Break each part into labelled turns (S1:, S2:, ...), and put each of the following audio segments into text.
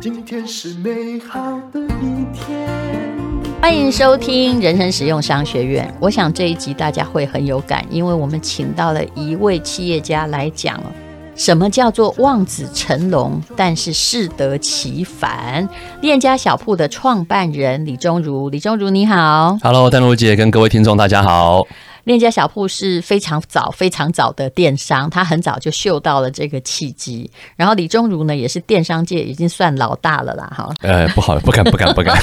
S1: 今天是美好的一天。
S2: 欢迎收听人生实用商学院。我想这一集大家会很有感，因为我们请到了一位企业家来讲哦什么叫做望子成龙，但是适得其反。链家小铺的创办人李忠如，李忠如你好。
S3: Hello，丹如姐跟各位听众大家好。
S2: 链家小铺是非常早、非常早的电商，他很早就嗅到了这个契机。然后李忠如呢，也是电商界已经算老大了啦，哈。
S3: 呃，不好了，不敢，不敢，不敢。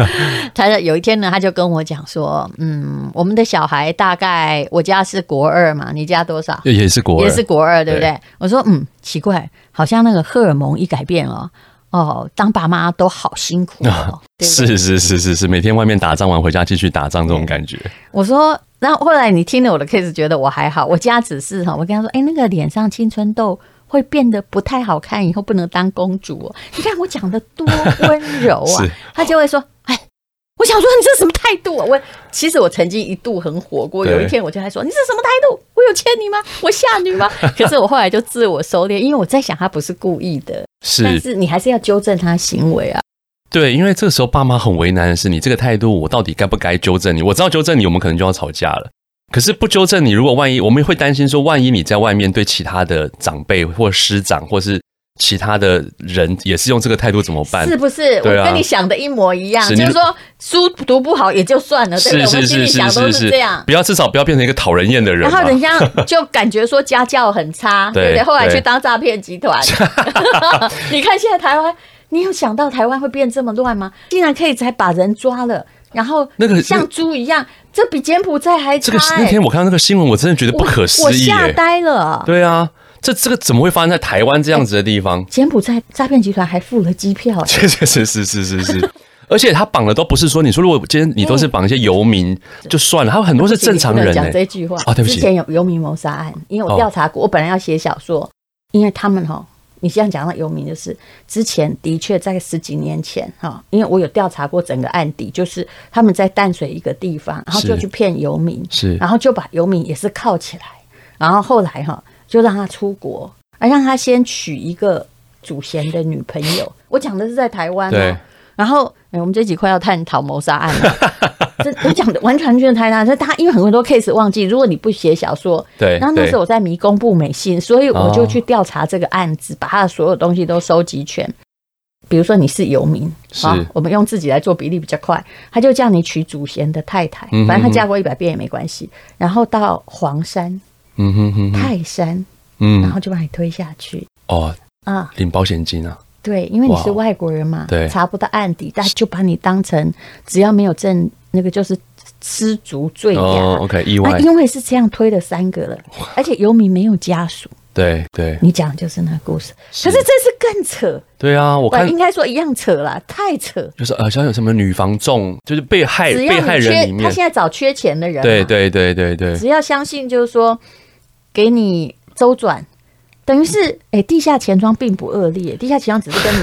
S2: 他有一天呢，他就跟我讲说，嗯，我们的小孩大概我家是国二嘛，你家多少？
S3: 也也是国
S2: 也
S3: 二，
S2: 是国二，对不对？
S3: 对
S2: 我说，嗯，奇怪，好像那个荷尔蒙一改变哦，哦，当爸妈都好辛 苦哦，对不对？
S3: 是是是是是，每天外面打仗完回家继续打仗，这种感觉。
S2: 我说，那后来你听了我的 case，觉得我还好，我家只是哈，我跟他说，哎，那个脸上青春痘。会变得不太好看，以后不能当公主、哦。你看我讲的多温柔啊
S3: 是，
S2: 他就会说：“哎，我想说你这什么态度啊？”我其实我曾经一度很火过，
S3: 对
S2: 有一天我就还说：“你这什么态度？我有欠你吗？我吓你吗？” 可是我后来就自我收敛，因为我在想他不是故意的，但
S3: 是，
S2: 是你还是要纠正他行为啊。
S3: 对，因为这个时候爸妈很为难的是，你这个态度，我到底该不该纠正你？我知道纠正你，我们可能就要吵架了。可是不纠正你，如果万一我们会担心说，万一你在外面对其他的长辈或师长或是其他的人也是用这个态度怎么办？
S2: 是不是？
S3: 对啊
S2: 我跟你想的一模一样，
S3: 是
S2: 就是
S3: 你
S2: 说书读不好也就算了，对不对？
S3: 是
S2: 我们
S3: 是
S2: 心里
S3: 是
S2: 想
S3: 是
S2: 都
S3: 是
S2: 是这样。
S3: 不要至少不要变成一个讨人厌的人
S2: 然
S3: 嘛。
S2: 后人家就感觉说家教很差，对不
S3: 对
S2: 对？后来
S3: 对
S2: 去当诈骗集 团。 你看现在台湾，你有想到台湾会变这么乱吗？竟然可以才把人抓了，然后
S3: 那个那
S2: 像猪一样，这比柬埔寨还
S3: 这
S2: 差、
S3: 个
S2: 欸。
S3: 那天我看到那个新闻，我真的觉得不可思
S2: 我
S3: 议、耶。
S2: 吓呆了。
S3: 对啊，这这个怎么会发生在台湾这样子的地方？
S2: 柬埔寨诈骗集团还付了机票、欸，
S3: 确确实实是是是。而且他绑的都不是说，你说如果今天你都
S2: 嗯
S3: 是绑一些游民就算了，还有很多是正常
S2: 不
S3: 人
S2: 能讲
S3: 哎、
S2: 这句话
S3: 哦对不起
S2: 之前有游民谋杀案，因为我
S3: 哦
S2: 调查过，我本来要写小说，因为他们哈，你这样讲到游民，就是之前的确在十几年前哈，因为我有调查过整个案底，就是他们在淡水一个地方，然后就是去骗游民，
S3: 是
S2: 然后就把游民也是铐起来，然后后来哈就让他出国，而让他先娶一个祖贤的女朋友。我讲的是在台湾哦
S3: 对。
S2: 然后，哎、我们这集快要探讨谋杀案 了。这我讲的完全就是台南，就大家因为很多 case 忘记，如果你不写小说，
S3: 对
S2: 然后那时候我在迷宫部美信，所以我就
S3: 哦
S2: 去调查这个案子，把他的所有东西都收集全。比如说你是游民，
S3: 是
S2: 我们用自己来做比例比较快，他就叫你娶祖贤的太太，
S3: 嗯哼
S2: 反正他嫁过一百遍也没关系。然后到黄山、
S3: 嗯哼哼哼，
S2: 泰山，然
S3: 嗯
S2: 后就把你推下去
S3: 哦，
S2: 啊。
S3: 领保险金啊，
S2: 对，因为你是
S3: 哇哦
S2: 外国人嘛，
S3: 对
S2: 查不到案底，但就把你当成只要没有证，那个就是失足罪呀。
S3: 哦，OK，意
S2: 啊，
S3: 外，
S2: 因为是这样推了三个了，而且游民没有家属，
S3: 对对
S2: 你讲的就是那个故事。可是这是更扯，
S3: 对啊，我
S2: 不
S3: 看
S2: 应该说一样扯啦，太扯。
S3: 就是呃，像有什么女房众，就是被害
S2: 只
S3: 哎被
S2: 要
S3: 害
S2: 你
S3: 人里
S2: 缺，他
S3: 面，
S2: 现在找缺钱的人嘛，
S3: 对对对对对，
S2: 只要相信，就是说给你周转，等于是 哎、地下钱庄并不恶劣，地下钱庄只是跟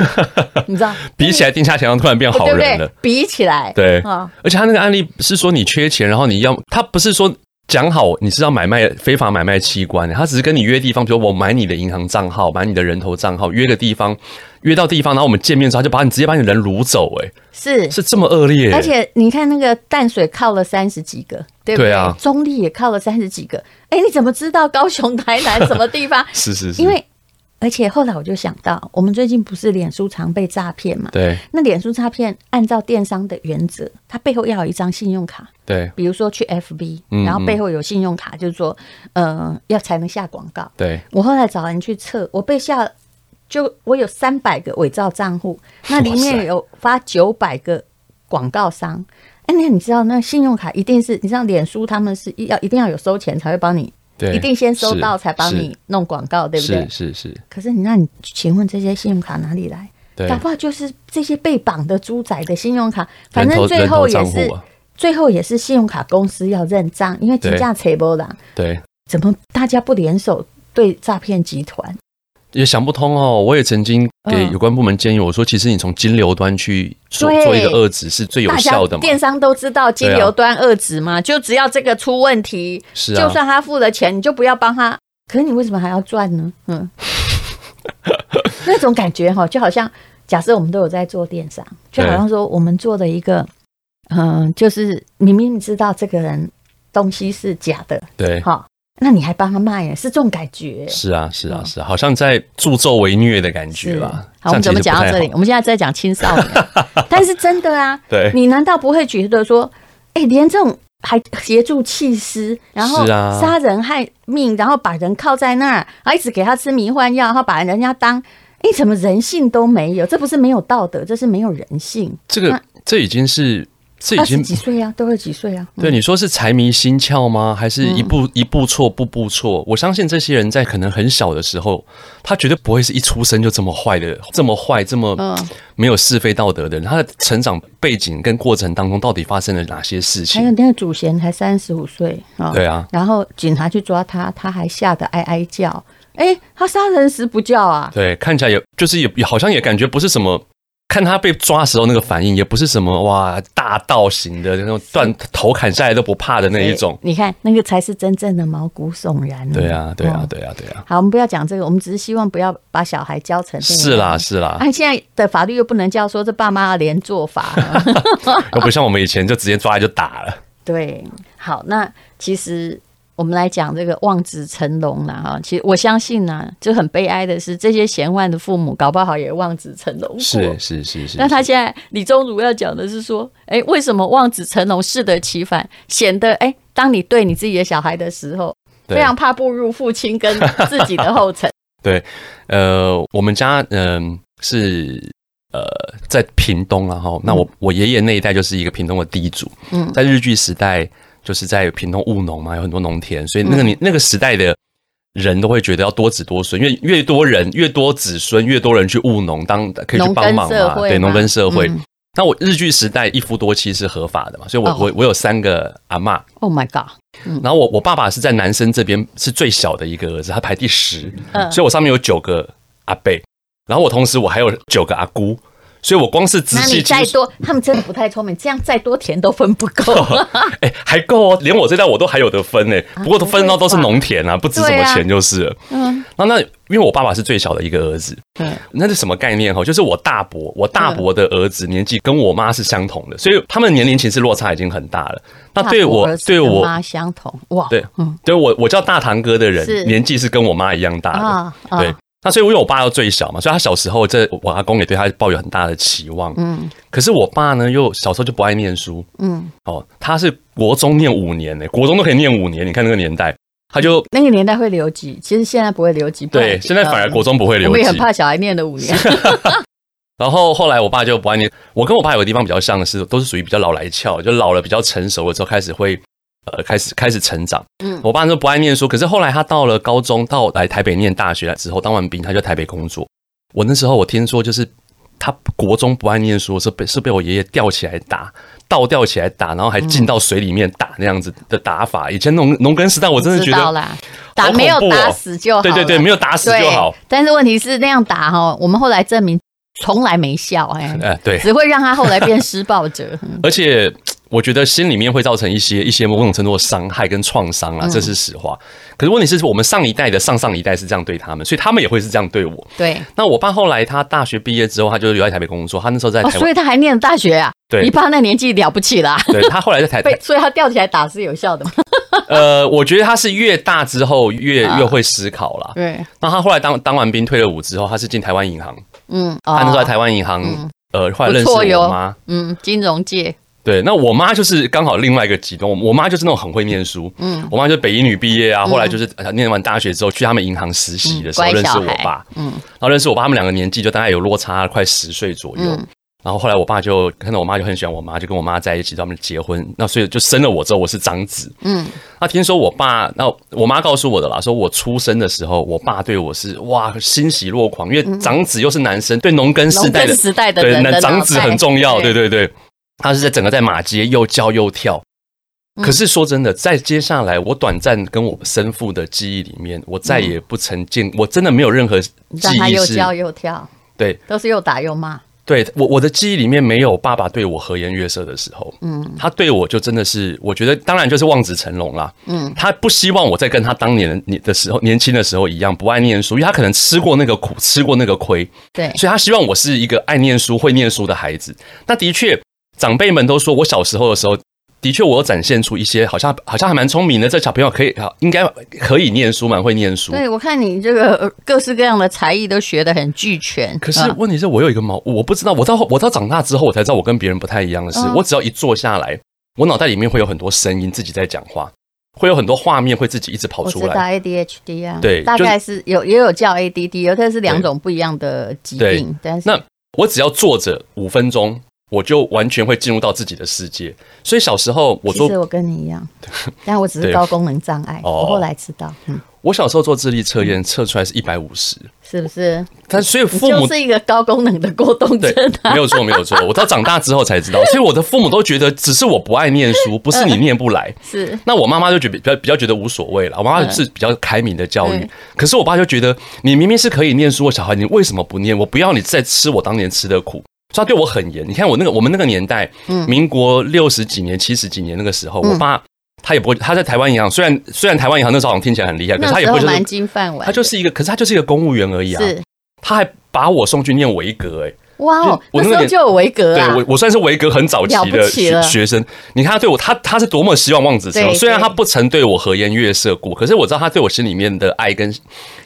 S2: 你，你知道，
S3: 比起来丁夏强突然变好
S2: 对不
S3: 人
S2: 对
S3: 了，？
S2: 比起来，
S3: 对
S2: 啊，
S3: 而且他那个案例是说你缺钱，然后你要他不是说讲好你是要买卖非法买卖器官，他只是跟你约地方，比如说我买你的银行账号，买你的人头账号，约个地方，约到地方，然后我们见面之后他就把你直接把你人掳走、欸，
S2: 是
S3: 是这么恶劣、欸
S2: 而且你看那个淡水靠了三十几个，对不对？
S3: 对啊？
S2: 中立也靠了三十几个。哎，你怎么知道高雄、台南什么地方
S3: 是是是，
S2: 因为而且后来我就想到，我们最近不是脸书常被诈骗嘛？
S3: 对
S2: 那脸书诈骗按照电商的原则，它背后要有一张信用卡，
S3: 对
S2: 比如说去 FB，
S3: 嗯
S2: 然后背后有信用卡，就是说，呃，要才能下广告。
S3: 对，
S2: 我后来找人去测，我被下就我有三百个伪造账户，那里
S3: 哇
S2: 面
S3: 塞
S2: 有发九百个广告商。哎，那你知道那信用卡一定是，你知道脸书他们是一要一定要有收钱才会帮你，
S3: 对
S2: 一定先收
S3: 是
S2: 到才帮你弄广告，对不对
S3: 是？是是，
S2: 可是你那你请问这些信用卡哪里来？
S3: 对
S2: 搞不好就是这些被绑的猪仔的信用卡，反
S3: 人
S2: 正
S3: 头
S2: 最
S3: 人
S2: 后
S3: 头
S2: 也
S3: 账
S2: 是
S3: 户啊，
S2: 最后也是信用卡公司要认账，因为金
S3: 对
S2: 价扯波啦，
S3: 对。
S2: 怎么大家不联手对诈骗集团？
S3: 也想不通哦，我也曾经给
S2: 嗯
S3: 有关部门建议，我说，其实你从金流端去做
S2: 对
S3: 做一个遏止是最有
S2: 大家
S3: 效的嘛。啊
S2: 电商都知道金流端遏止嘛，就只要这个出问题，
S3: 是啊
S2: 就算他付了钱，你就不要帮他可是你为什么还要赚呢？ 嗯，那种感觉哈，就好像假设我们都有在做电商，就好像说我们做的一个，嗯、就是你明明知道这个人东西是假的，
S3: 对，
S2: 哈、那你还帮他卖，是这种感觉。
S3: 是啊，是啊，
S2: 嗯
S3: 是啊，好像在助纣为虐的感觉
S2: 是啊
S3: 啦。
S2: 好，我们
S3: 这
S2: 怎么
S3: 样其实
S2: 讲
S3: 不
S2: 到
S3: 太
S2: 这里？
S3: 好？
S2: 我们现在在讲青少 年，但是真的啊，
S3: 对
S2: 你难道不会觉得说，哎、连这种还协助弃尸，然后
S3: 是啊
S2: 杀人害命，然后把人铐在那儿，然后一直给他吃迷幻药，然后把人家当，哎、怎么人性都没有？这不是没有道德，这是没有人性。
S3: 这个
S2: 那
S3: 这已经是这已
S2: 嗯二十
S3: 经
S2: 几岁啊，都二十几岁啊，嗯嗯
S3: 对，你说是财迷心窍吗？还是一步、一步错，步步错？我相信这些人在可能很小的时候，他绝对不会是一出生就这么坏的，这么坏，这么
S2: 嗯
S3: 没有是非道德的人。他的成长背景跟过程当中，到底发生了哪些事
S2: 还有
S3: 情？
S2: 那个祖贤才三十五岁啊，
S3: 对啊
S2: 然后警察去抓他，他还吓得哀哀叫，哎、他杀人时不叫啊，
S3: 对，看起来也就是也也好像也感觉不是什么。看他被抓时候那个反应，也不是什么哇大道型的那种断头砍下来都不怕的那一种
S2: 对。哎你看那个才是真正的毛骨悚然、
S3: 对啊，对啊
S2: 哦，
S3: 对啊，对啊，
S2: 好，我们不要讲这个，我们只是希望不要把小孩教成这样
S3: 是啦，。是啦，
S2: 哎，现在的法律又不能叫说这爸妈连做法。
S3: 又不像我们以前就直接抓来就打了。
S2: 对，好，那其实我们来讲这个望子成龙啦，哈，其实我相信呢、就很悲哀的是，这些嫌患的父母搞不好也望子成龙过。
S3: 是是是是。
S2: 那他现在李宗儒要讲的是说，哎，为什么望子成龙适得其反，显得哎，当你对你自己的小孩的时候，
S3: 对
S2: 非常怕步入父亲跟自己的后 尘。
S3: 呃，我们家嗯、是呃在屏东然后那我、我爷爷那一代就是一个屏东的地主，
S2: 嗯
S3: 在日据时代就是在屏东务农嘛，有很多农田，所以那个你、
S2: 嗯
S3: 那个时代的。人都会觉得要多子多孙，因为越多人越多子孙，越多人去务农，当可以去
S2: 农
S3: 帮
S2: 耕
S3: 忙
S2: 社
S3: 嘛，
S2: 会
S3: 对农
S2: 嘛
S3: 耕社会。
S2: 嗯
S3: 那我日据时代一夫多妻是合法的嘛，所以我、
S2: 哦
S3: 我我有三个阿嬷，
S2: Oh my god！
S3: 然后我我爸爸是在男生这边是最小的一个儿子，他排第十，
S2: 嗯
S3: 所以我上面有九个阿伯，然后我同时我还有九个阿姑，所以我光是仔
S2: 那
S3: 细
S2: 你再
S3: 就是
S2: 多，他们真的不太聪明，这样再多田都分不 够。
S3: 哎、还够哦，连我这代我都还有得分呢，
S2: 啊
S3: 不过都分到都是农田啊，不值什么钱就是了。
S2: 嗯，
S3: 那那因为我爸爸是最小的一个儿子，
S2: 对，嗯
S3: 那是什么概念哈？就是我大伯，我大伯的儿子年纪跟我妈是相同的，所以他们年龄其实落差已经很大了。那对我对我
S2: 妈相同哇，
S3: 对，
S2: 嗯，
S3: 对我我叫大堂哥的
S2: 是
S3: 人，年纪是跟我妈一样大的，
S2: 啊啊
S3: 对。那所以，因为我爸又最小嘛，所以他小时候这我阿公也对他抱有很大的期望。
S2: 嗯
S3: 可是我爸呢，又小时候就不爱念书
S2: 嗯，
S3: 哦，他是国中念五年呢、欸国中都可以念五年，你看那个年代，他就
S2: 那个年代会留级，其实现在不会留级，
S3: 对，
S2: 怕
S3: 现在反而国中不会
S2: 呃我
S3: 留
S2: 们
S3: 级
S2: 也。很怕小孩念了五年，
S3: 然后后来我爸就不爱念，我跟我爸有个地方比较像的是，都是属于比较老来俏，就老了比较成熟了之后开始会。呃，开始开始成长。
S2: 嗯
S3: 我爸就不爱念书，可是后来他到了高中，到来台北念大学之后，当完兵他就台北工作。我那时候我听说，就是他国中不爱念书，是被是被我爷爷吊起来打，倒吊起来打，然后还浸到水里面打那样子的打法。以前农农耕时代， 我真的觉
S2: 知道
S3: 得，
S2: 啦，打
S3: 好恐怖哦
S2: 没有打死就好了，
S3: 对对对，没有打死就好
S2: 对。但是问题是那样打哈，我们后来证明从来没效， 哎，
S3: 哎、对，
S2: 只会让他后来变施暴者。 嗯
S3: 而且我觉得心里面会造成一些一些某种程度的伤害跟创伤
S2: 嗯
S3: 啦，这是实话。可是问题是我们上一代的上上一代是这样对他们，所以他们也会是这样对我。
S2: 对，
S3: 那我爸后来他大学毕业之后，他就留在台北工作，他那时候在
S2: 哦，
S3: 台
S2: 所
S3: 湾，
S2: 以他还念大学啊，
S3: 对
S2: 你爸那年纪了不起 啦。
S3: 对他后来在台
S2: 被，所以他吊起来打是有效的嘛？
S3: 呃，我觉得他是越大之后越
S2: 啊
S3: 越会思考啦。
S2: 对，
S3: 那他后来当当完兵退了伍之后，他是进台湾银行，
S2: 嗯，
S3: 他
S2: 哦嗯
S3: 那时候在台湾银行，呃，后来认识
S2: 不错哟
S3: 我妈。
S2: 嗯，金融界，
S3: 对，那我妈就是刚好另外一个极端，我我妈就是那种很会念书，
S2: 嗯
S3: 我妈就北一女毕业啊，后来就是呃念完大学之后去他们银行实习的时候
S2: 嗯乖
S3: 认识
S2: 小
S3: 我爸，
S2: 嗯
S3: 然后认识我爸，他们两个年纪就大概有落差快十岁左右。
S2: 嗯
S3: 然后后来我爸就看到我妈就很喜欢我妈，就跟我妈在一起，他们结婚。那所以就生了我之后，我是长子。
S2: 嗯，
S3: 那听说我爸，那我妈告诉我的啦，说我出生的时候，我爸对我是哇欣喜若狂，因为长子又是男生，对农耕时
S2: 嗯农
S3: 代
S2: 耕
S3: 的
S2: 时代的
S3: 对，
S2: 人的
S3: 那
S2: 脑
S3: 长子
S2: 袋
S3: 很重要，对，对对，他是在整个在马街又叫又跳。
S2: 嗯
S3: 可是说真的，在接下来我短暂跟我生父的记忆里面，我再也不曾见，我真的没有任何记
S2: 让他
S3: 忆
S2: 又
S3: 是，
S2: 叫又跳，
S3: 对
S2: 都是又打又骂，
S3: 对我我的记忆里面没有爸爸对我和颜悦色的时候，嗯，他对我就真的是，我觉得当然就是望子成龙啦，嗯，他不希望我再跟他当年年的时候年轻的时候一样不爱念书，因为他可能吃过那个苦，吃过那个亏，
S2: 对，
S3: 所以他希望我是一个爱念书、会念书的孩子。那的确，长辈们都说我小时候的时候，的确我有展现出一些好像好像还蛮聪明的，这小朋友可以应该可以念书，蛮会念书。
S2: 对，我看你这个呃各式各样的才艺都学得很俱全。
S3: 可是
S2: 嗯
S3: 问题是我有一个毛，我不知道，我到我到长大之后，我才知道我跟别人不太一样的是，
S2: 嗯
S3: 我只要一坐下来，我脑袋里面会有很多声音自己在讲话，会有很多画面会自己一直跑
S2: 我
S3: 出
S2: 知道
S3: 来。
S2: ADHD 啊，
S3: 对
S2: 大
S3: 就是
S2: 概是有也有叫 ADD，有这是两种不一样的疾
S3: 对
S2: 病，但是
S3: 那我只要坐着五分钟，我就完全会进入到自己的世界。所以小时候我
S2: 其
S3: 做
S2: 实我跟你一样，但我只是
S3: 对
S2: 高功能障碍，
S3: 哦
S2: 我后来知道，嗯，
S3: 我小时候做智力测验，测出来是一百五十，
S2: 是不是？
S3: 嗯但所以
S2: 你
S3: 父母
S2: 就是一个高功能的过动症
S3: 对，
S2: 啊
S3: 没。有错，没有错。我到长大之后才知 道，所以我的父母都觉得只是我不爱念
S2: 嗯
S3: 书，不是你念不来。
S2: 是
S3: 那我妈妈就觉得比较比较觉得无所谓了，我妈妈是比较开明的教育
S2: 嗯，
S3: 可是我爸就觉得你明明是可以念书的小孩，你为什么不念？我不要你再吃我当年吃的苦。所以他对我很严。你看我那个我们那个年代，
S2: 嗯
S3: 民国六十几年、七十几年那个时候，我爸他也不会，他在台湾银行，虽然虽然台湾银行那时候好像听起来很厉害，可是
S2: 那
S3: 他也
S2: 时
S3: 不
S2: 候
S3: 会就
S2: 蛮
S3: 是
S2: 金饭碗的，
S3: 他就是一个，可是他就是一个公务员而已啊。
S2: 是
S3: 他还把我送去念维格、欸，
S2: 哇哦
S3: 就，我
S2: 那
S3: 那个
S2: 时候
S3: 年
S2: 就有维格啊
S3: 对，我，我算是维格很早期
S2: 了
S3: 的
S2: 不起
S3: 学
S2: 了
S3: 学生。你看他对我，他他是多么希望望子成龙。
S2: 对
S3: 虽然
S2: 对
S3: 他不曾对我和颜悦色过，可是我知道他对我心里面的爱，跟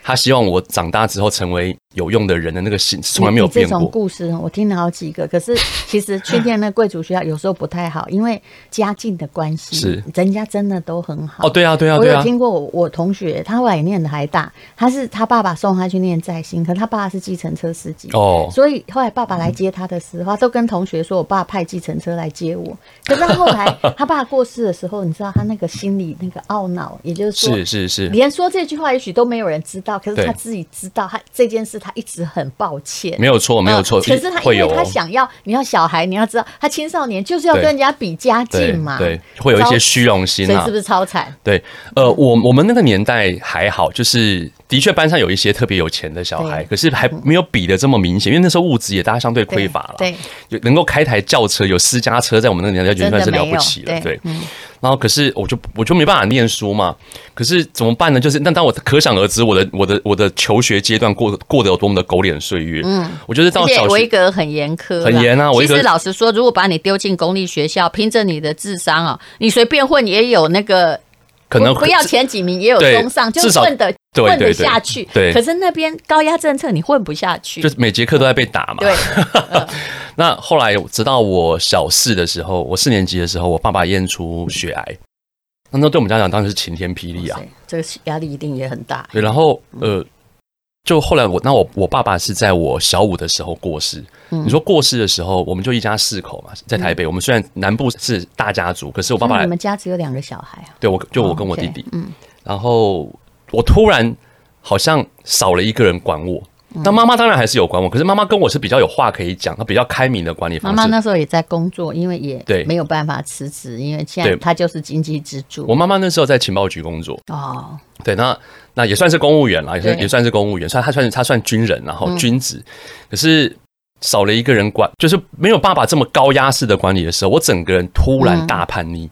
S3: 他希望我长大之后成为有用的人的那个心，从来没有
S2: 你你
S3: 变
S2: 这种
S3: 过。
S2: 故事呢，我听了好几个，可是其实 去念那贵族学校有时候不太好，因为家境的关系，
S3: 是
S2: 人家真的都很好。
S3: 哦，对啊，对啊，
S2: 我
S3: 对
S2: 有
S3: 啊，
S2: 听过我我同学，他后来也念的还大，他是他爸爸送他去念在新，可他爸爸是计程车司机，
S3: 哦，
S2: 所以后来爸爸来接他的时候，他都跟同学说我爸派计程车来接我。可是他后 来他爸过世的时候，你知道他那个心里那个懊恼，也就是说
S3: 是是是，
S2: 连说这句话也许都没有人知道，可是
S3: 对
S2: 他自己知道，他这件事他一直很抱歉。
S3: 没有错，没有错，
S2: 嗯可是他
S3: 会
S2: 因
S3: 有
S2: 为
S3: 哦
S2: 他想要，你要小孩，你要知道，他青少年就是要
S3: 对
S2: 跟人家比家
S3: 对
S2: 境嘛，
S3: 对，会有一些虚荣心
S2: 所以
S3: 啊
S2: 是不。是超惨？
S3: 对，呃，我我们那个年代还好，就是的确班上有一些特别有钱的小孩，
S2: 对
S3: 可是还没有比的这么明显，因为那时候物质也大家相对
S2: 对
S3: 匮乏了。
S2: 对，
S3: 有能够开台轿车，有私家车，在我们那个年代就
S2: 真
S3: 算
S2: 的
S3: 是了
S2: 没
S3: 不
S2: 有
S3: 起了，对
S2: 对。嗯
S3: 然后可是我就我就没办法念书嘛，可是怎么办呢？就是那当我可想而知，我的我的我的求学阶段过过得有多么的狗脸岁月。嗯，我就是到
S2: 而且
S3: 小
S2: 维
S3: 学，
S2: 格很严苛啦，
S3: 很严啊维
S2: 其
S3: 格
S2: 实老实说，如果把你丢进公立学校，凭着你的智商啊，你随便混也有那个
S3: 可能
S2: 不不要前几名也有
S3: 对
S2: 中上，就
S3: 至
S2: 是
S3: 少
S2: 混的
S3: 对
S2: 混
S3: 对
S2: 得
S3: 对
S2: 下去。
S3: 对
S2: 可是那边高压政策你混不下去
S3: 就。是每节课都在被打嘛。
S2: 对，
S3: 那后来直到我小四的时候，我四年级的时候，我爸爸验出血癌，那那对我们家长当然是晴天霹雳啊。
S2: 对哦这个压力一定也很大。
S3: 对，然后呃，就后来我那我我爸爸是在我小五的时候过世。
S2: 嗯
S3: 你说过世的时候，我们就一家四口嘛，在台北。我们虽然南部是大家族，可是我爸
S2: 那
S3: 爸
S2: 你们家只有两个小孩啊？
S3: 对我就我跟我弟
S2: 嗯 OK，
S3: 弟，
S2: 嗯，
S3: 然后我突然好像少了一个人管我。
S2: 嗯
S3: 那妈妈当然还是有管我，可是妈妈跟我是比较有话可以讲，她比较开明的管理
S2: 妈
S3: 方
S2: 妈
S3: 式。
S2: 那时候也在工作，因为也
S3: 对
S2: 没有办法辞职，因为现在
S3: 对
S2: 她就是经济支
S3: 我
S2: 柱。
S3: 妈妈那时候在情报局工作，
S2: 哦，
S3: 对，那那也算是公务员啦，也算
S2: 对嗯
S3: 也算是公务员，算他算他算军人，啊然后军职，可是少了一个人管，就是没有爸爸这么高压式的管理的时候，我整个人突然大叛逆。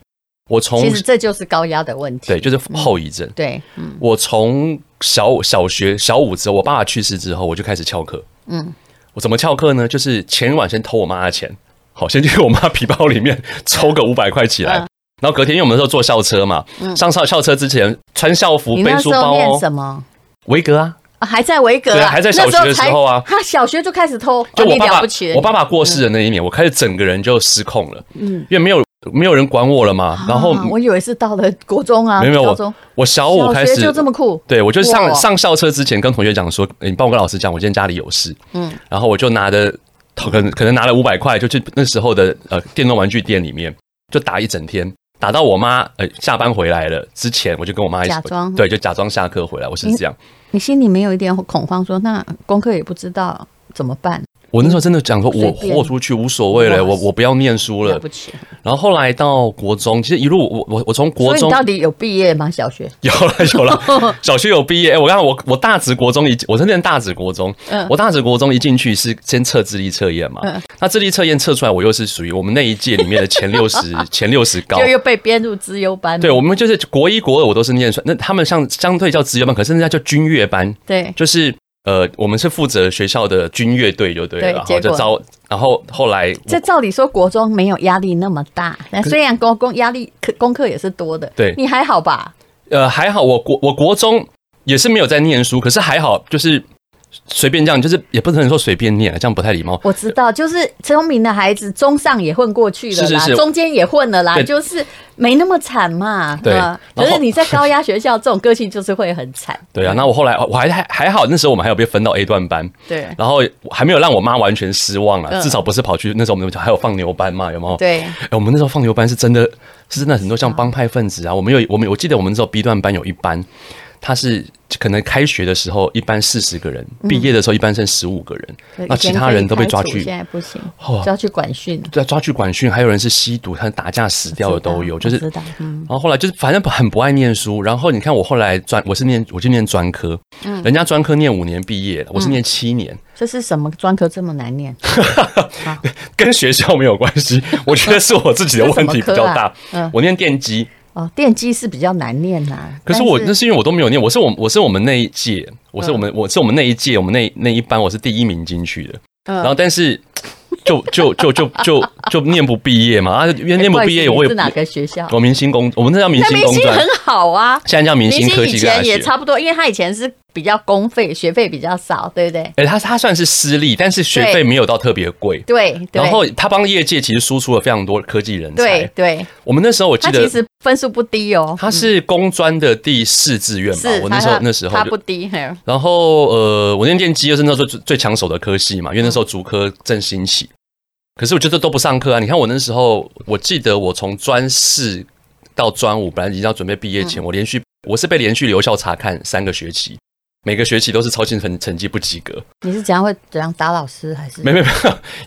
S3: 我从
S2: 嗯其实这就是高压的问题。
S3: 对，就是后遗症。
S2: 对，嗯
S3: 我从小小学小五之后，我爸爸去世之后，我就开始翘课。
S2: 嗯，
S3: 我怎么翘课呢？就是前一晚先偷我妈的钱，好，先去我妈皮包里面抽个五百块起来。
S2: 嗯
S3: 然后隔天，因为我们那时候坐校车嘛，上校校车之前穿校服
S2: 你
S3: 背
S2: 那
S3: 书
S2: 时候
S3: 包
S2: 念
S3: 哦，
S2: 什么？
S3: 维格啊，
S2: 啊还在维格
S3: 对啊
S2: 啊，
S3: 还在小学的时候啊
S2: 那才他小学就开始偷，
S3: 就
S2: 哇
S3: 我
S2: 哦你
S3: 爸
S2: 了
S3: 爸
S2: 不起，，
S3: 我爸爸过世的那一年，我开始整个人就失控了，
S2: 嗯
S3: 因为没有没有人管我了嘛。然后
S2: 啊我以为是到了国中啊，
S3: 没有没有
S2: 高
S3: 我
S2: 中，
S3: 我小五
S2: 小
S3: 开
S2: 学
S3: 始
S2: 就这么酷，
S3: 对我就
S2: 哇
S3: 上上校车之前跟同学讲说，哎诶你帮我跟老师讲，我今天家里有事，嗯，然后我就拿着哦可能可能拿了五百块，就去那时候的呃电动玩具店里面就打一整天。打到我妈呃下班回来了之前，我就跟我妈一起
S2: 假装嗯
S3: 对，就假装下课回来，我是这样。
S2: 你心里没有一点恐慌说那功课也不知道怎么办？
S3: 我那时候真的讲说，我
S2: 随便
S3: 豁出去无所谓了，
S2: 哇
S3: 我我不要念书
S2: 了
S3: 了
S2: 不。起。
S3: 然后后来到国中，其实一路我我我从国
S2: 所以
S3: 中
S2: 你到底有毕业吗？小学？
S3: 有了有了， 小学有毕业。哎我刚刚我我大职国中一，我是念大职国中，
S2: 嗯
S3: 我大职国中一进去是先测智力测验嘛，那智力测验测出来，我又是属于我们那一届里面的前 六十前六十高
S2: 就。又被编入资优班了。
S3: 对，我们就是国一、国二，我都是念出来。那他们像相对叫职业班，可是人家叫军乐班，
S2: 对
S3: 就是呃，我们是负责学校的军乐队就对了，
S2: 对
S3: 然后
S2: 结
S3: 就
S2: 果
S3: 招，然后后来我
S2: 这照理说国中没有压力那么大，那虽然高工压力可功课也是多的，
S3: 对
S2: 你还好吧？
S3: 呃还好，我国我国中也是没有在念书，可是还好就是随便这样，就是也不能说随便念，啊这样不太礼貌。
S2: 我知道，就是聪明的孩子，中上也混过去了啦，
S3: 是是是
S2: 中间也混了啦，
S3: 对
S2: 就是没那么惨嘛。
S3: 对
S2: 啊可
S3: 然后
S2: 是你在高压学校，这种个性就是会很惨。
S3: 对啊，那我后来我还还还好，那时候我们还有被分到 A 段班，
S2: 对
S3: 然后还没有让我妈完全失望啊，
S2: 嗯
S3: 至少不是跑去那时候我们还有放牛班嘛，有没有？
S2: 对，
S3: 哎、我们那时候放牛班是真的是真的很多像帮派分子啊。我们有我们我记得我们那时候 B 段班有一班，他是可能开学的时候一班四十个人，毕业的时候一班剩十五个人， 那其他人都被抓
S2: 以前嗯可以
S3: 去
S2: 开除现在不行
S3: 哦，
S2: 就要去管训。
S3: 对抓去管训，还有人是吸毒，他打架死掉的都有，
S2: 我
S3: 就
S2: 知道
S3: 是。
S2: 我知道，嗯，
S3: 然后后来就是反正很不爱念书，然后你看我后来专我是念我就念专科，
S2: 嗯
S3: 人家专科念五年毕业，我是念七年，
S2: 这是什么专科这么难念？
S3: 跟学校没有关系， 我觉得是我自己的问题比较大。
S2: 这什么科 啊嗯
S3: 我念电机，
S2: 哦，电机是比较难念呐。
S3: 可是我
S2: 但
S3: 那是因为我都没有念，我是我我是我们那一届，我是我们、我是我们那一届，我们那那一班我是第一名进去的，
S2: 嗯
S3: 然后但是就就就就就就念不毕业嘛，啊，因为念不毕业
S2: 哎不好
S3: 我
S2: 意思
S3: 也
S2: 你是哪个学校？
S3: 我明星工，我们那叫明
S2: 那
S3: 星
S2: 明
S3: 工
S2: 星
S3: 专
S2: 很，好啊，
S3: 现在叫明
S2: 明
S3: 星科
S2: 星以
S3: 技跟大
S2: 前也
S3: 学。
S2: 差不多，因为他以前是比较公费，学费比较少，对不对？
S3: 哎、他他算是私立，但是学
S2: 对
S3: 费没有到特别贵。
S2: 对，对
S3: 然后他帮业界其实输出了非常多科技人
S2: 对
S3: 才。
S2: 对，
S3: 我们那时候我记
S2: 他
S3: 得
S2: 其实分数不低哦，
S3: 他是工专的第四志愿吧
S2: 是，
S3: 我那时候
S2: 他
S3: 那时候
S2: 他
S3: 就
S2: 不低，嘿
S3: 然后呃，我念电机又是那时候最最抢手的科系嘛，因为那时候竹科正兴起。可是我觉得都不上课啊！你看我那时候，我记得我从专四到专五，本来已经要准备毕业
S2: 嗯
S3: 前，我连续我是被连续留校查看三个学期，每个学期都是超新成成绩不及格，
S2: 你是怎样会怎样打老师还是？
S3: 没没没，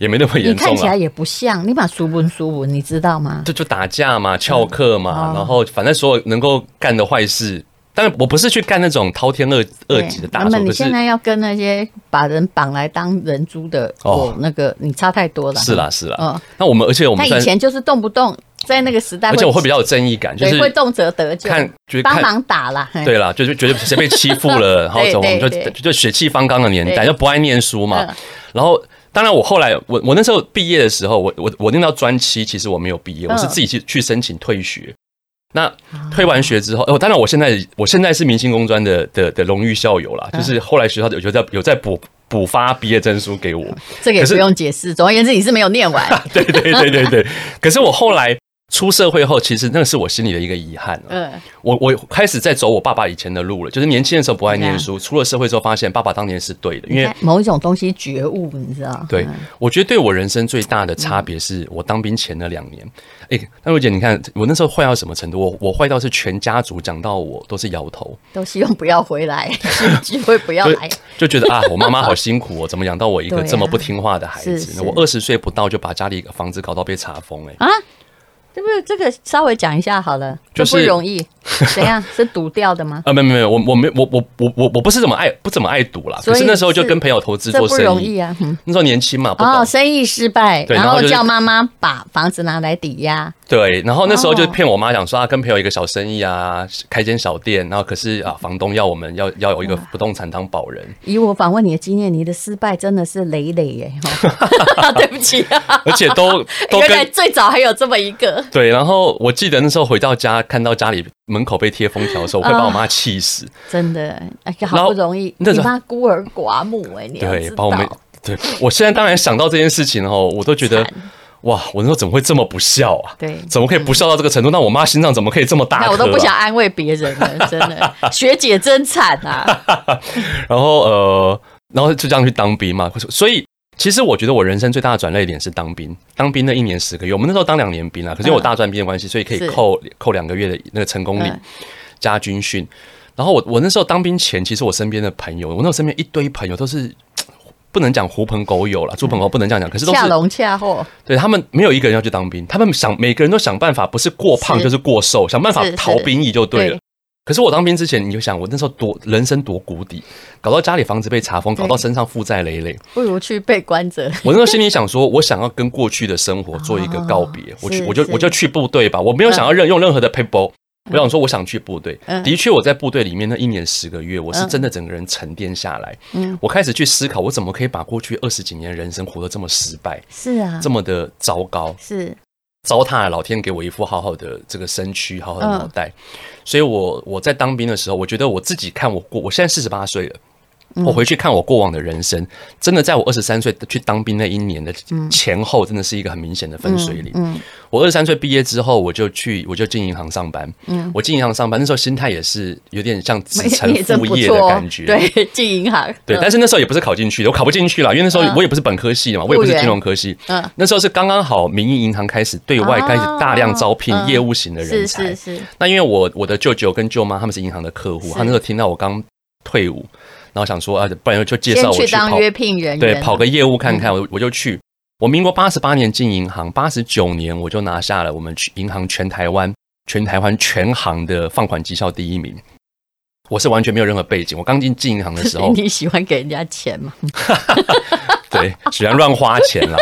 S3: 也没那么
S2: 你
S3: 严
S2: 看
S3: 重啊
S2: 起来
S3: 了。
S2: 也不像，你把书文书文，你知道吗？
S3: 就就打架嘛，翘课嘛，
S2: 嗯哦
S3: 然后反正所有能够干的坏事，当然我不是去干那种滔天恶恶
S2: 对
S3: 极的大
S2: 那么
S3: 仇，可
S2: 你
S3: 是
S2: 现在要跟那些把人绑来当人猪的，
S3: 哦
S2: 哦，那个你差太多了。
S3: 是，啦是啦。
S2: 嗯，
S3: 那我们而且我
S2: 他
S3: 们算
S2: 以前就是动不动在那个时代，
S3: 而且我会比较有正义感，就
S2: 对
S3: 是
S2: 会动辄得咎，
S3: 看就是
S2: 帮
S3: 看。
S2: 忙打啦。嘿
S3: 对啦，就是觉得谁被欺 负了，然后
S2: 哎对
S3: 怎么我们就
S2: 对
S3: 就
S2: 对
S3: 就血气方刚的年代，
S2: 对
S3: 就不爱念书嘛
S2: 嗯。
S3: 然后，当然我后来，我我那时候毕业的时候，我我我念到专七，其实我没有毕业，我是
S2: 嗯啊
S3: 自己去去申请退学。那退完学之后，哦，当然我现在我现在是明星工专的的的荣誉校友啦，
S2: 嗯
S3: 就是后来学校有有在有在补补发毕业证书给我。
S2: 这个也
S3: 可是
S2: 不用解释。总而言之，你是没有念完。
S3: 对对对对对。可是我后来出社会后，其实那是我心里的一个遗憾啊。
S2: 嗯，
S3: 我我开始在走我爸爸以前的路了，就是年轻的时候不爱念书，出了社会之后发现爸爸当年是对的，因
S2: 啊你
S3: 为
S2: 看某一种东西觉悟，你知道？
S3: 对
S2: 嗯
S3: 我觉得对我人生最大的差别是我当兵前那两年。哎、那瑞姐，你看我那时候坏到什么程度？我我坏到是全家族讲到我都是摇头，
S2: 都希望不要回 来，聚会不要
S3: 就
S2: 来。
S3: 就觉得啊，我妈妈好辛苦哦，怎么养到我一个
S2: 对啊
S3: 这么不听话的孩
S2: 是
S3: 子？
S2: 是
S3: 呢？我二十岁不到就把家里房子搞到被查封、哎、
S2: 啊，对不对？这个稍微讲一下好了，这
S3: 就是
S2: 不容 易。怎样？是赌掉的吗？
S3: 啊，没有没有，我我没我我我我我不是怎么爱不怎么爱赌啦，可
S2: 所以
S3: 是那时候就是跟朋友投资
S2: 这
S3: 做
S2: 不
S3: 生
S2: 容
S3: 意，
S2: 易啊！嗯
S3: 那时候年轻嘛，不懂。
S2: 哦，生意失败，
S3: 对然后
S2: 后
S3: 就是
S2: 叫妈妈把房子拿来抵押，
S3: 对，然后那时候就
S2: 哦
S3: 骗我妈讲说啊，跟朋友一个小生意啊，开间小店，然后可是啊，房东要我们要要有一个不动产当保人，
S2: 以我访问你的经验，你的失败真的是累累耶！ 哈 对不起、啊，
S3: 而且都都
S2: 原来
S3: 跟
S2: 最早还有这么一个，
S3: 对，然后我记得那时候回到家看到家里门口被贴封条的时候，我会把我
S2: 啊
S3: 妈 气死，
S2: 真的，哎呀，
S3: 然
S2: 好
S3: 后
S2: 不容易，
S3: 那
S2: 你
S3: 时候
S2: 妈孤儿寡母哎，你要
S3: 对
S2: 知，道
S3: 把我们对我现在当然想到这件事情哦，我都觉得
S2: 惨
S3: 哇，我那时候怎么会这么不孝啊？
S2: 对
S3: 怎么可以不孝到这个程度？那我妈心脏怎么可以这么大颗、啊？
S2: 那我都不想安慰别人 了，真的，学姐真惨啊！
S3: 然后呃，然后就这样去当兵嘛。所以其实我觉得我人生最大的转捩点是当兵。当兵那一年十个月，我们那时候当两年兵啊，可是因为我
S2: 嗯
S3: 大专兵的关系，所以可以
S2: 是
S3: 扣扣两个月的那个成功领
S2: 嗯
S3: 加军训。然后我我那时候当兵前，其实我身边的朋友，我那时候身边一堆朋友都是。不能讲狐朋狗友了，猪朋狗不 能这样讲，可是都是
S2: 恰龙恰货，
S3: 对他们没有一个人要去当兵，他们想每个人都想办法，不是过胖
S2: 是
S3: 就是过瘦，想办法
S2: 是是
S3: 逃兵役就对了。
S2: 对
S3: 可是我当兵之前，你就想我那时候多人生多谷底，搞到家里房子被查封，
S2: 对
S3: 搞到身上负债累累。
S2: 不如去被关着。
S3: 我那时候心里想说，我想要跟过去的生活做一个告 别，我去
S2: 是
S3: 我就是我就去部队吧，我没有想要任用任何的 paper。我想说，我想去部队。
S2: 嗯
S3: 的确，我在部队里面那一年十个月，我是
S2: 嗯
S3: 真的整个人沉淀下来。
S2: 嗯
S3: 我开始去思考，我怎么可以把过去二十几年的人生活得这么失败，
S2: 是啊，
S3: 这么的糟糕。
S2: 是
S3: 糟蹋了老天给我一副好好的这个身躯，好好的脑袋。
S2: 嗯
S3: 所以我我在当兵的时候，我觉得我自己看我过，我现在四十八岁了。
S2: 嗯
S3: 我回去看我过往的人生，真的在我二十三岁去当兵那一年的前后，真的是一个很明显的分水岭。
S2: 嗯
S3: 我二十三岁毕业之后，我就去，我就进银行上班。
S2: 嗯
S3: 我进银行上班那时候心态也是有点像子承
S2: 你也真
S3: 父
S2: 不
S3: 业
S2: 错
S3: 的
S2: 哦，
S3: 感觉。
S2: 对，进银行，
S3: 对，但是那时候也不是考进去的，我考不进去了，因为那时候
S2: 嗯
S3: 我也不是本科系嘛，我也不是金融科系。
S2: 嗯
S3: 那时候是刚刚好，民营银行开始对外
S2: 哦
S3: 开始大量招聘
S2: 嗯
S3: 业务型的人
S2: 是
S3: 才。
S2: 是是，
S3: 那因为我我的舅舅跟舅妈他们是银行的客户
S2: 是，
S3: 他那时候听到我刚退伍，然后想说啊，不然就介绍
S2: 先
S3: 我
S2: 去
S3: 去
S2: 当
S3: 跑
S2: 约聘人员，，
S3: 对跑个业务看看，我我就去。我民国八十八年进银行，八十九年我就拿下了我们银行全台湾全台湾全行的放款绩效第一名。我是完全没有任何背景，我刚进进银行的时候
S2: 哎你喜欢给人家钱吗？
S3: 对，喜欢乱花钱啦，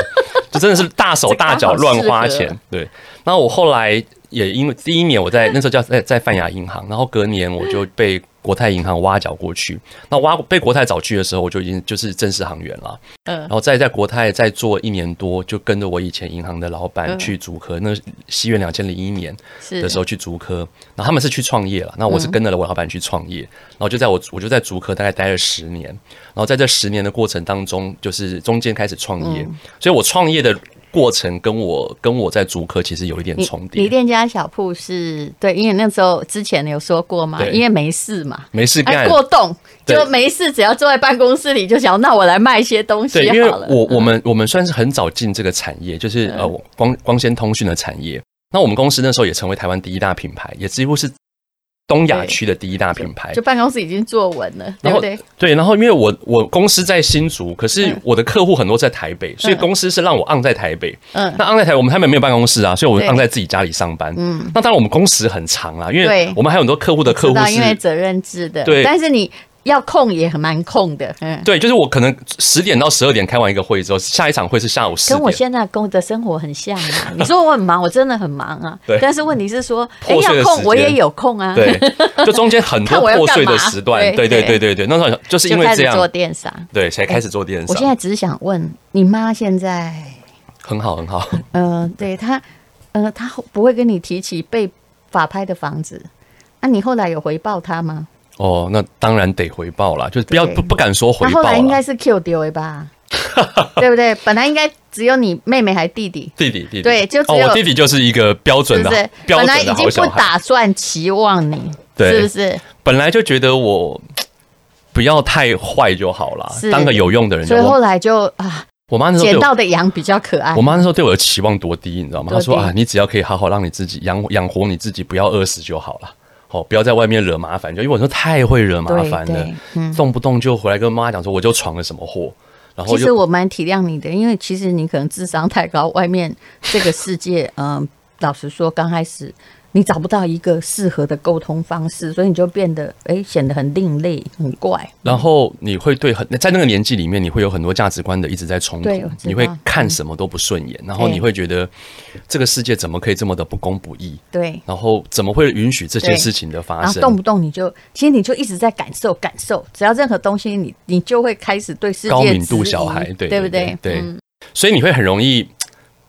S3: 就真的是大手大脚乱花
S2: 这刚好适
S3: 钱。对，然后我后来也因为第一年我在那时候叫在在泛亚银行，然后隔年我就被国泰银行挖角过去。那挖被国泰找去的时候，我就已经就是正式行员了。
S2: 嗯
S3: 然后再在国泰再做一年多，就跟着我以前银行的老板
S2: 嗯
S3: 去竹科。那西元两千零一年，
S2: 是嗯
S3: 的时候去竹科，然后他们是去创业了，那我是跟着我老板去创业，然后就在我我就在竹科大概待了十年，然后在这十年的过程当中，就是中间开始创业，
S2: 嗯
S3: 所以我创业的过程跟我跟我在竹科其实有一点
S2: 你
S3: 重
S2: 你
S3: 叠，
S2: 店家小铺是对，因为那时候之前有说过嘛，
S3: 对
S2: 因为没事嘛，
S3: 没事
S2: 哎
S3: 干。
S2: 过动
S3: 对
S2: 就没事，只要坐在办公室里就想，那我来卖一些东
S3: 对，
S2: 西
S3: 因为
S2: 好了。嗯
S3: 我我们我们算是很早进这个产业，就是呃光光纤通讯的产业。那我们公司那时候也成为台湾第一大品牌，也几乎是东亚
S2: 对
S3: 区的第一大品牌
S2: 就。办公室已经坐稳了，对
S3: 然后
S2: 不对？
S3: 然后因为我我公司在新竹，可是
S2: 嗯
S3: 我的客户很多在台北，所以
S2: 嗯
S3: 公司是让我 on 在台北。
S2: 嗯
S3: 那 on 在台，我们他们没有办公室啊，所以我们
S2: 对
S3: on 在自己家里上班。
S2: 嗯，
S3: 那当然我们工时很长啦，因为
S2: 对
S3: 我们还有很多客户的客
S2: 知
S3: 户
S2: 道，因为
S3: 是。
S2: 责任制的，
S3: 对
S2: 但是你要控也很蛮控的，嗯。
S3: 对，就是我可能十点到十二点开完一个会之后，下一场会是下午四
S2: 跟我
S3: 点。
S2: 现在工的生活很像 啊！你说我很忙，我真的很忙啊。
S3: 对
S2: 但是问题是 说，哎，
S3: 破碎
S2: 要
S3: 的时
S2: 空
S3: 间
S2: 我也有空啊。
S3: 对，就中间很多
S2: 看我要
S3: 破碎
S2: 干
S3: 的
S2: 嘛
S3: 时段。对
S2: 对
S3: 对
S2: 对
S3: 对对对，那时候就是因
S2: 就
S3: 为
S2: 开
S3: 这
S2: 始做
S3: 样，
S2: 电商。
S3: 对，才开始做电
S2: 我现在
S3: 商。
S2: 只是想问，你妈现在，
S3: 很好很好，
S2: 呃，对她，呃，她不会跟你提起被法拍的房子？那、你后来有回报她吗？
S3: 哦，那当然得回报啦，就是不要
S2: 对
S3: 不不敢说回
S2: 她
S3: 报啊
S2: 后来应该
S3: 了。
S2: 是 Q 丢的 吧？对不对？本来应该只有你妹妹还弟弟，
S3: 弟弟弟弟，
S2: 对就只
S3: 哦，
S2: 有
S3: 我弟弟就是一个标
S2: 是
S3: 准
S2: 不
S3: 的啊
S2: 是？
S3: 标
S2: 本来
S3: 准
S2: 已
S3: 的
S2: 经
S3: 好
S2: 不
S3: 小孩。
S2: 打算期望你，
S3: 对
S2: 是不是？
S3: 本来就觉得我不要太坏就好啦，
S2: 是
S3: 当个有用的人就
S2: 所以
S3: 好。
S2: 后
S3: 我
S2: 来就啊，
S3: 我妈那时候对
S2: 捡
S3: 我，
S2: 到的羊比较可爱
S3: 我。妈那时候对我的期望多低，你知道吗？
S2: 多
S3: 她
S2: 低
S3: 说啊，你只要可以好好让你自己养养活你自己，不要饿死就好了。哦，不要在外面惹麻烦，就因为我说太会惹麻
S2: 对
S3: 烦了
S2: 对，，嗯。
S3: 动不动就回来跟妈讲说我就闯了什么祸，然后
S2: 其实
S3: 就
S2: 我蛮体谅你的，因为其实你可能智商太高，外面这个世界， 嗯，老实说，刚开始你找不到一个适合的沟通方式，所以你就变得哎显得很另类、很怪。
S3: 然后你会对很在那个年纪里面，你会有很多价值观的一直在冲突
S2: 对我知道，嗯
S3: 你会看什么都不顺眼，然后
S2: 对
S3: 你会觉得这个世界怎么可以这么的不公不义，
S2: 对，
S3: 然后怎么会允许这些
S2: 对
S3: 事情的发
S2: 然后
S3: 生？
S2: 动不动你就，其实你就一直在感受感受，只要任何东西你你就会开始对世界
S3: 高敏度
S2: 质疑
S3: 小孩，对
S2: 对不
S3: 对
S2: 对？？嗯
S3: 对，所以你会很容易，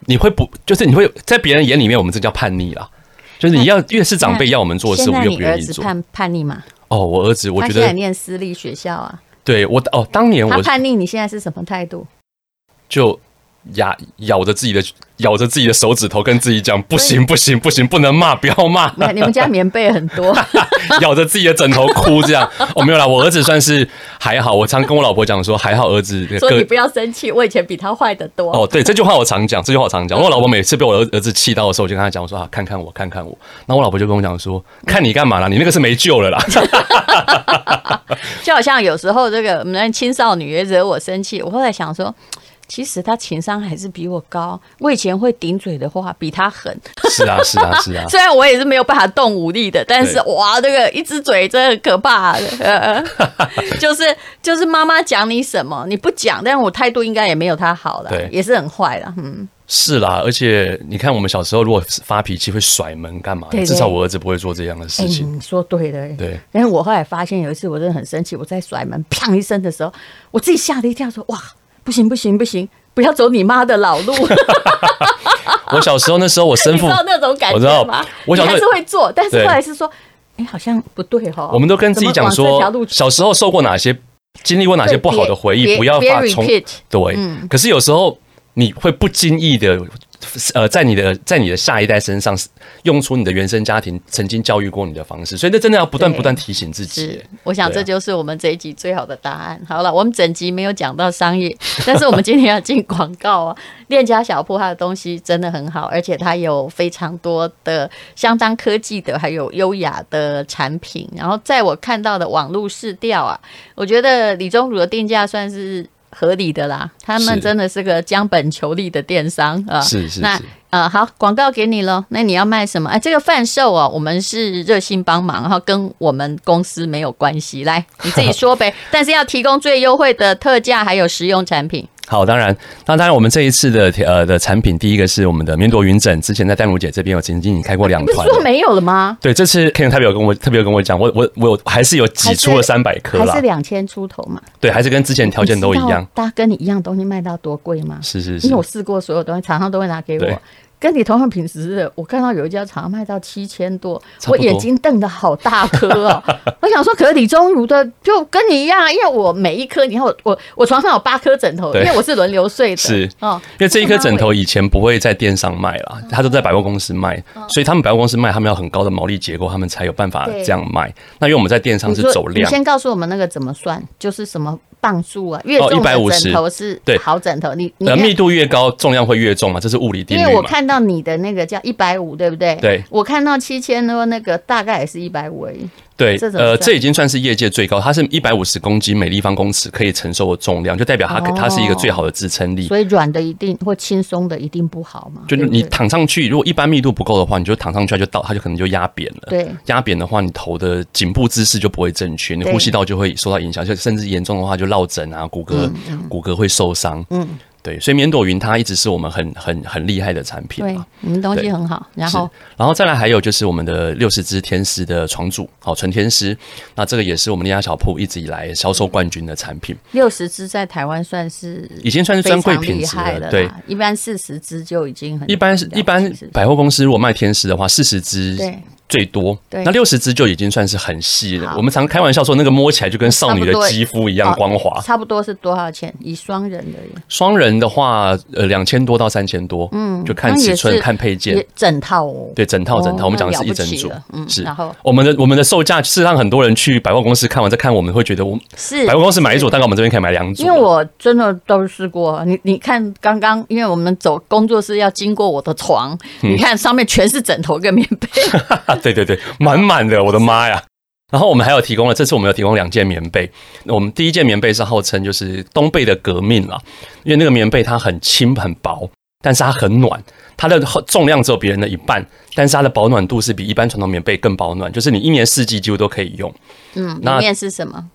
S3: 你会不就是你会在别人眼里面，我们这叫叛逆啦。就是你要越是长辈要我们做的事，
S2: 现
S3: 我
S2: 在
S3: 们越
S2: 你
S3: 不
S2: 儿
S3: 愿意
S2: 子
S3: 做。
S2: 叛叛逆嘛？
S3: 哦，我儿子，我
S2: 他
S3: 觉
S2: 现在
S3: 得
S2: 念私立学校啊，
S3: 对我哦，当年
S2: 他
S3: 我
S2: 叛逆，你现在是什么态度？
S3: 就牙咬着自己的咬着自己的手指头，跟自己讲不
S2: 所以
S3: 行不行不行，不能骂，不要骂。
S2: 你们家棉被很多，
S3: 咬着自己的枕头哭这样。哦，没有啦，我儿子算是还好。我常跟我老婆讲说，还好儿 子
S2: 说你
S3: 个
S2: 不要生气，我以前比他坏得多。
S3: 哦，对，这句话我常讲，这句话我常讲。我老婆每次被我儿儿子气到的时候，我就跟她讲，我说啊，看看我，看看我。那我老婆就跟我讲说，看你干嘛啦？你那个是没救了啦。
S2: 就好像有时候这个我们的青少女也惹我生气，我后来想说。其实他情商还是比我高，我以前会顶嘴的话比他狠，
S3: 是啊，是啊，是啊。
S2: 虽然我也是没有办法动武力的，但是哇，这个一只嘴真的很可怕、呃 就是就是妈妈讲你什么，你不讲，但我态度应该也没有他好了
S3: 对，
S2: 也是很坏了，嗯，
S3: 是啦，而且你看，我们小时候如果发脾气会甩门干嘛的？
S2: 对对
S3: 至少我儿子不会做这样的事
S2: 哎、
S3: 情。
S2: 你说对了、哎
S3: 对。
S2: 但是我后来发现有一次我真的很生气，我在甩门砰一声的时候，我自己吓了一跳说哇，不行不行不行，不要走你妈的老 路。
S3: 我小时候那时候，我生
S2: 你
S3: 父
S2: 知道那种感
S3: 我知
S2: 觉吗
S3: 道？我小
S2: 你
S3: 时
S2: 还是
S3: 候
S2: 会做，但是
S3: 对
S2: 后来是说，哎，好像不对哈。
S3: 我们都跟自己讲
S2: 怎么往
S3: 说
S2: 这条路，走
S3: 小时候受过哪些，经历过哪些不好的回
S2: 对
S3: 忆，
S2: 别
S3: 不要
S2: 别
S3: 发重
S2: repeat
S3: 对。
S2: 嗯
S3: 可是有时候你会不经意的，呃，在你的在你的下一代身上用出你的原生家庭曾经教育过你的方式，所以那真的要不断
S2: 对
S3: 不断提醒自己
S2: 是。，我想
S3: 对啊
S2: 这就是我们这一集最好的答案。好了，我们整集没有讲到商 业，但是我们今天要进广告啊。链家小铺它的东西真的很好，而且它有非常多的相当科技的，还有优雅的产品。然后在我看到的网络试调啊，我觉得李宗儒的定价算是。合理的啦，他们
S3: 是
S2: 真的是个将本求利的电商啊、
S3: 是是
S2: 那
S3: 是
S2: 呃，好，广告给你喽。那你要卖什么？哎、这个贩售哦，我们是热心帮忙，然后跟我们公司没有关系。 来，你自己说呗。但是要提供最优惠的特价，还有实用产 品。
S3: 好，当然，那当然，我们这一次的呃的产品，第一个是我们的棉朵云枕，之前在丹如姐这边有曾经已经开过两
S2: 不是
S3: 团了。
S2: 说没有了吗？
S3: 对，这次 Ken 特别有跟我特别有跟我讲，我我我有还是有挤出了三百颗
S2: 还
S3: 啦
S2: 是，两千出头嘛？
S3: 对，还是跟之前条件都一
S2: 你知
S3: 样
S2: 道，大家跟你一样东西卖到多贵吗？
S3: 是是
S2: 因
S3: 是
S2: 为，我试过所有东西，厂商都会拿给
S3: 对
S2: 我。跟你同样品质的，我看到有一家厂商卖到七千多，
S3: 差
S2: 我
S3: 不多
S2: 眼睛瞪得好大颗 哦。我想说，可是李宗儒的就跟你一样啊，因为我每一颗，你看我我我床上有八颗枕头，因
S3: 对
S2: 为我是轮流睡的。
S3: 是
S2: 哦，
S3: 因为这一颗枕头以前不会在电商卖啦，
S2: 嗯
S3: 它都在百货公司卖，所以他们百货公司卖，他们要很高的毛利结构，他们才有办法
S2: 对
S3: 这样卖。那因为我们在电商
S2: 你
S3: 是
S2: 说
S3: 走
S2: 你
S3: 量，
S2: 先告诉我们那个怎么算，就是什么磅数啊？越
S3: 哦
S2: 重的
S3: 150
S2: 枕头是
S3: 对
S2: 好枕头，你你
S3: 呃，
S2: 看
S3: 密度越高，重量会越重嘛，这是物理定
S2: 因为
S3: 律
S2: 我
S3: 嘛。
S2: 看到你的那个叫一百五，对不对？
S3: 对
S2: 我看到七千多那个大概也是一百五而已。
S3: 对
S2: 这，怎么
S3: 呃，
S2: 算
S3: 这已经算是业界最高，它是一百五十公斤每立方公尺可以承受的重量，就代表它可
S2: 哦
S3: 它是一个最好的支撑力。
S2: 所以软的一定或轻松的一定不好嘛，
S3: 嗯就是
S2: 对不
S3: 你
S2: 对
S3: 躺上去，如果一般密度不够的话，你就躺上去它就倒，它就可能就压扁了。
S2: 对
S3: 压扁的话，你头的颈部姿势就不会正确，你
S2: 对
S3: 呼吸道就会受到影响，就甚至严重的话就落枕啊，骨
S2: 嗯
S3: 骼、骨骼会受伤。嗯，对，所以棉朵云它一直是我们很很很厉害的产品
S2: 对
S3: 嘛。，
S2: 你们东西
S3: 对
S2: 很好，然
S3: 是
S2: 后，
S3: 然后再来还有就是我们的六十只天师的床主，好纯天师，那这个也是我们那家小铺一直以来销售冠军的产品，
S2: 六十只在台湾算是
S3: 已经算是
S2: 非
S3: 专柜
S2: 常
S3: 品
S2: 厉
S3: 质
S2: 害
S3: 了。
S2: 了，
S3: 对，，
S2: 一般四十只就已经很
S3: 一般是
S2: 了不
S3: 一般
S2: 起是
S3: 百货公司如果卖天使的话，四十只
S2: 对
S3: 最多，
S2: 对
S3: 那六十只就已经算是很细了
S2: 好。
S3: 我们常开玩笑说，那个摸起来就跟少女的肌肤一样光滑。
S2: 差不多是多少钱？以双人而言，
S3: 双人的话，呃，两千多到三千多，嗯，就看
S2: 那也
S3: 尺寸、
S2: 是
S3: 看配件
S2: 也。整套哦，
S3: 对，整套
S2: 哦
S3: 整套，我们讲的是
S2: 那了
S3: 一
S2: 不
S3: 整
S2: 起
S3: 组
S2: 了，嗯
S3: 是
S2: 然后。
S3: 我们的我们的售价是让很多人去百货公司看完再看，我们会觉得我
S2: 是
S3: 百货公司买一组，大概我们这边可以买两组。
S2: 因为我真的都试过，你你看刚刚，因为我们走工作室要经过我的床，
S3: 嗯
S2: 你看上面全是枕头跟棉被，
S3: 啊，对对对，满满的，我的妈呀！然后我们还有提供了，这次我们有提供两件棉被。那我们第一件棉被是号称就是冬被的革命啦，因为那个棉被它很轻很薄，但是它很暖，它的重量只有别人的一半，但是它的保暖度是比一般传统棉被更保暖，就是你一年四季几乎都可以用。
S2: 嗯，里
S3: 那
S2: 面是什么？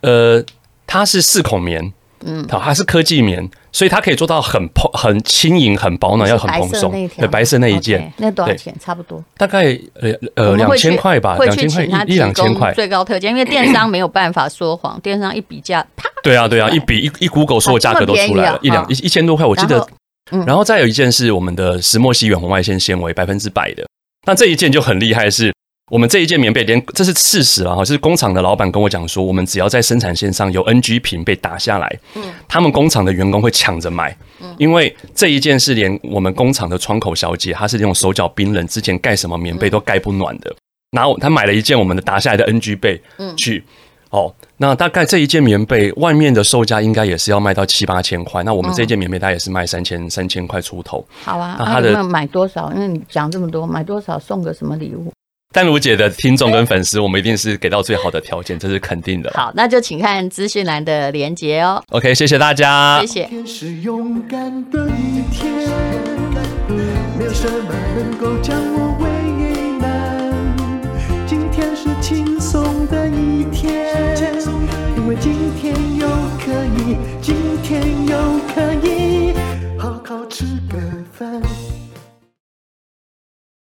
S3: 呃，它是四孔棉，嗯，好，它是科技棉，所以它可以做到很蓬、很轻盈、很保嗯暖，要很蓬
S2: 白色
S3: 松
S2: 那一。条
S3: 对，
S2: 吗，
S3: 白色那一件
S2: OK，那多少
S3: 对
S2: 钱？差不多。
S3: 大概呃
S2: 我
S3: 呃
S2: 们
S3: 两
S2: 会去
S3: 千块吧，
S2: 会
S3: 两
S2: 去
S3: 千块
S2: 请他
S3: 一一
S2: 提
S3: 两千块
S2: 供。最高特价，因为电商没有办法说谎，电商一比价，啪，
S3: 对啊，对啊，
S2: 出来
S3: 一比一一 Google 所有价格都出来
S2: 啊
S3: 了，
S2: 这么便宜
S3: 一
S2: 啊
S3: 两一一千多块，我记
S2: 然后
S3: 得
S2: 嗯。
S3: 然后再有一件是我们的石墨烯远红外线纤维，百分之百的。那这一件就很厉害是，我们这一件棉被连这是事实啊，哈，是工厂的老板跟我讲说，我们只要在生产线上有 NG 品被打下来，他们工厂的员工会抢着买，因为这一件是连我们工厂的窗口小姐，她是那种手脚冰冷，之前盖什么棉被都盖不暖的。拿我他买了一件我们的达下来的 NG 被去。哦，那大概这一件棉被外面的售价应该也是要卖到七八千块，那我们这件棉被它也是卖三千三千块出头。
S2: 好啊，
S3: 那
S2: 那、
S3: 他
S2: 啊、
S3: 的
S2: 有没有买多少？因为你讲这么多，买多少送个什么礼物？
S3: 但如姐的听众跟粉丝，我们一定是给到最好的条件，这是肯定的。
S2: 好，那就请看资讯栏的连结哦，
S3: ，OK，谢谢大家，
S2: 谢谢
S1: 今。天是勇敢的一天，没有什么能够将我围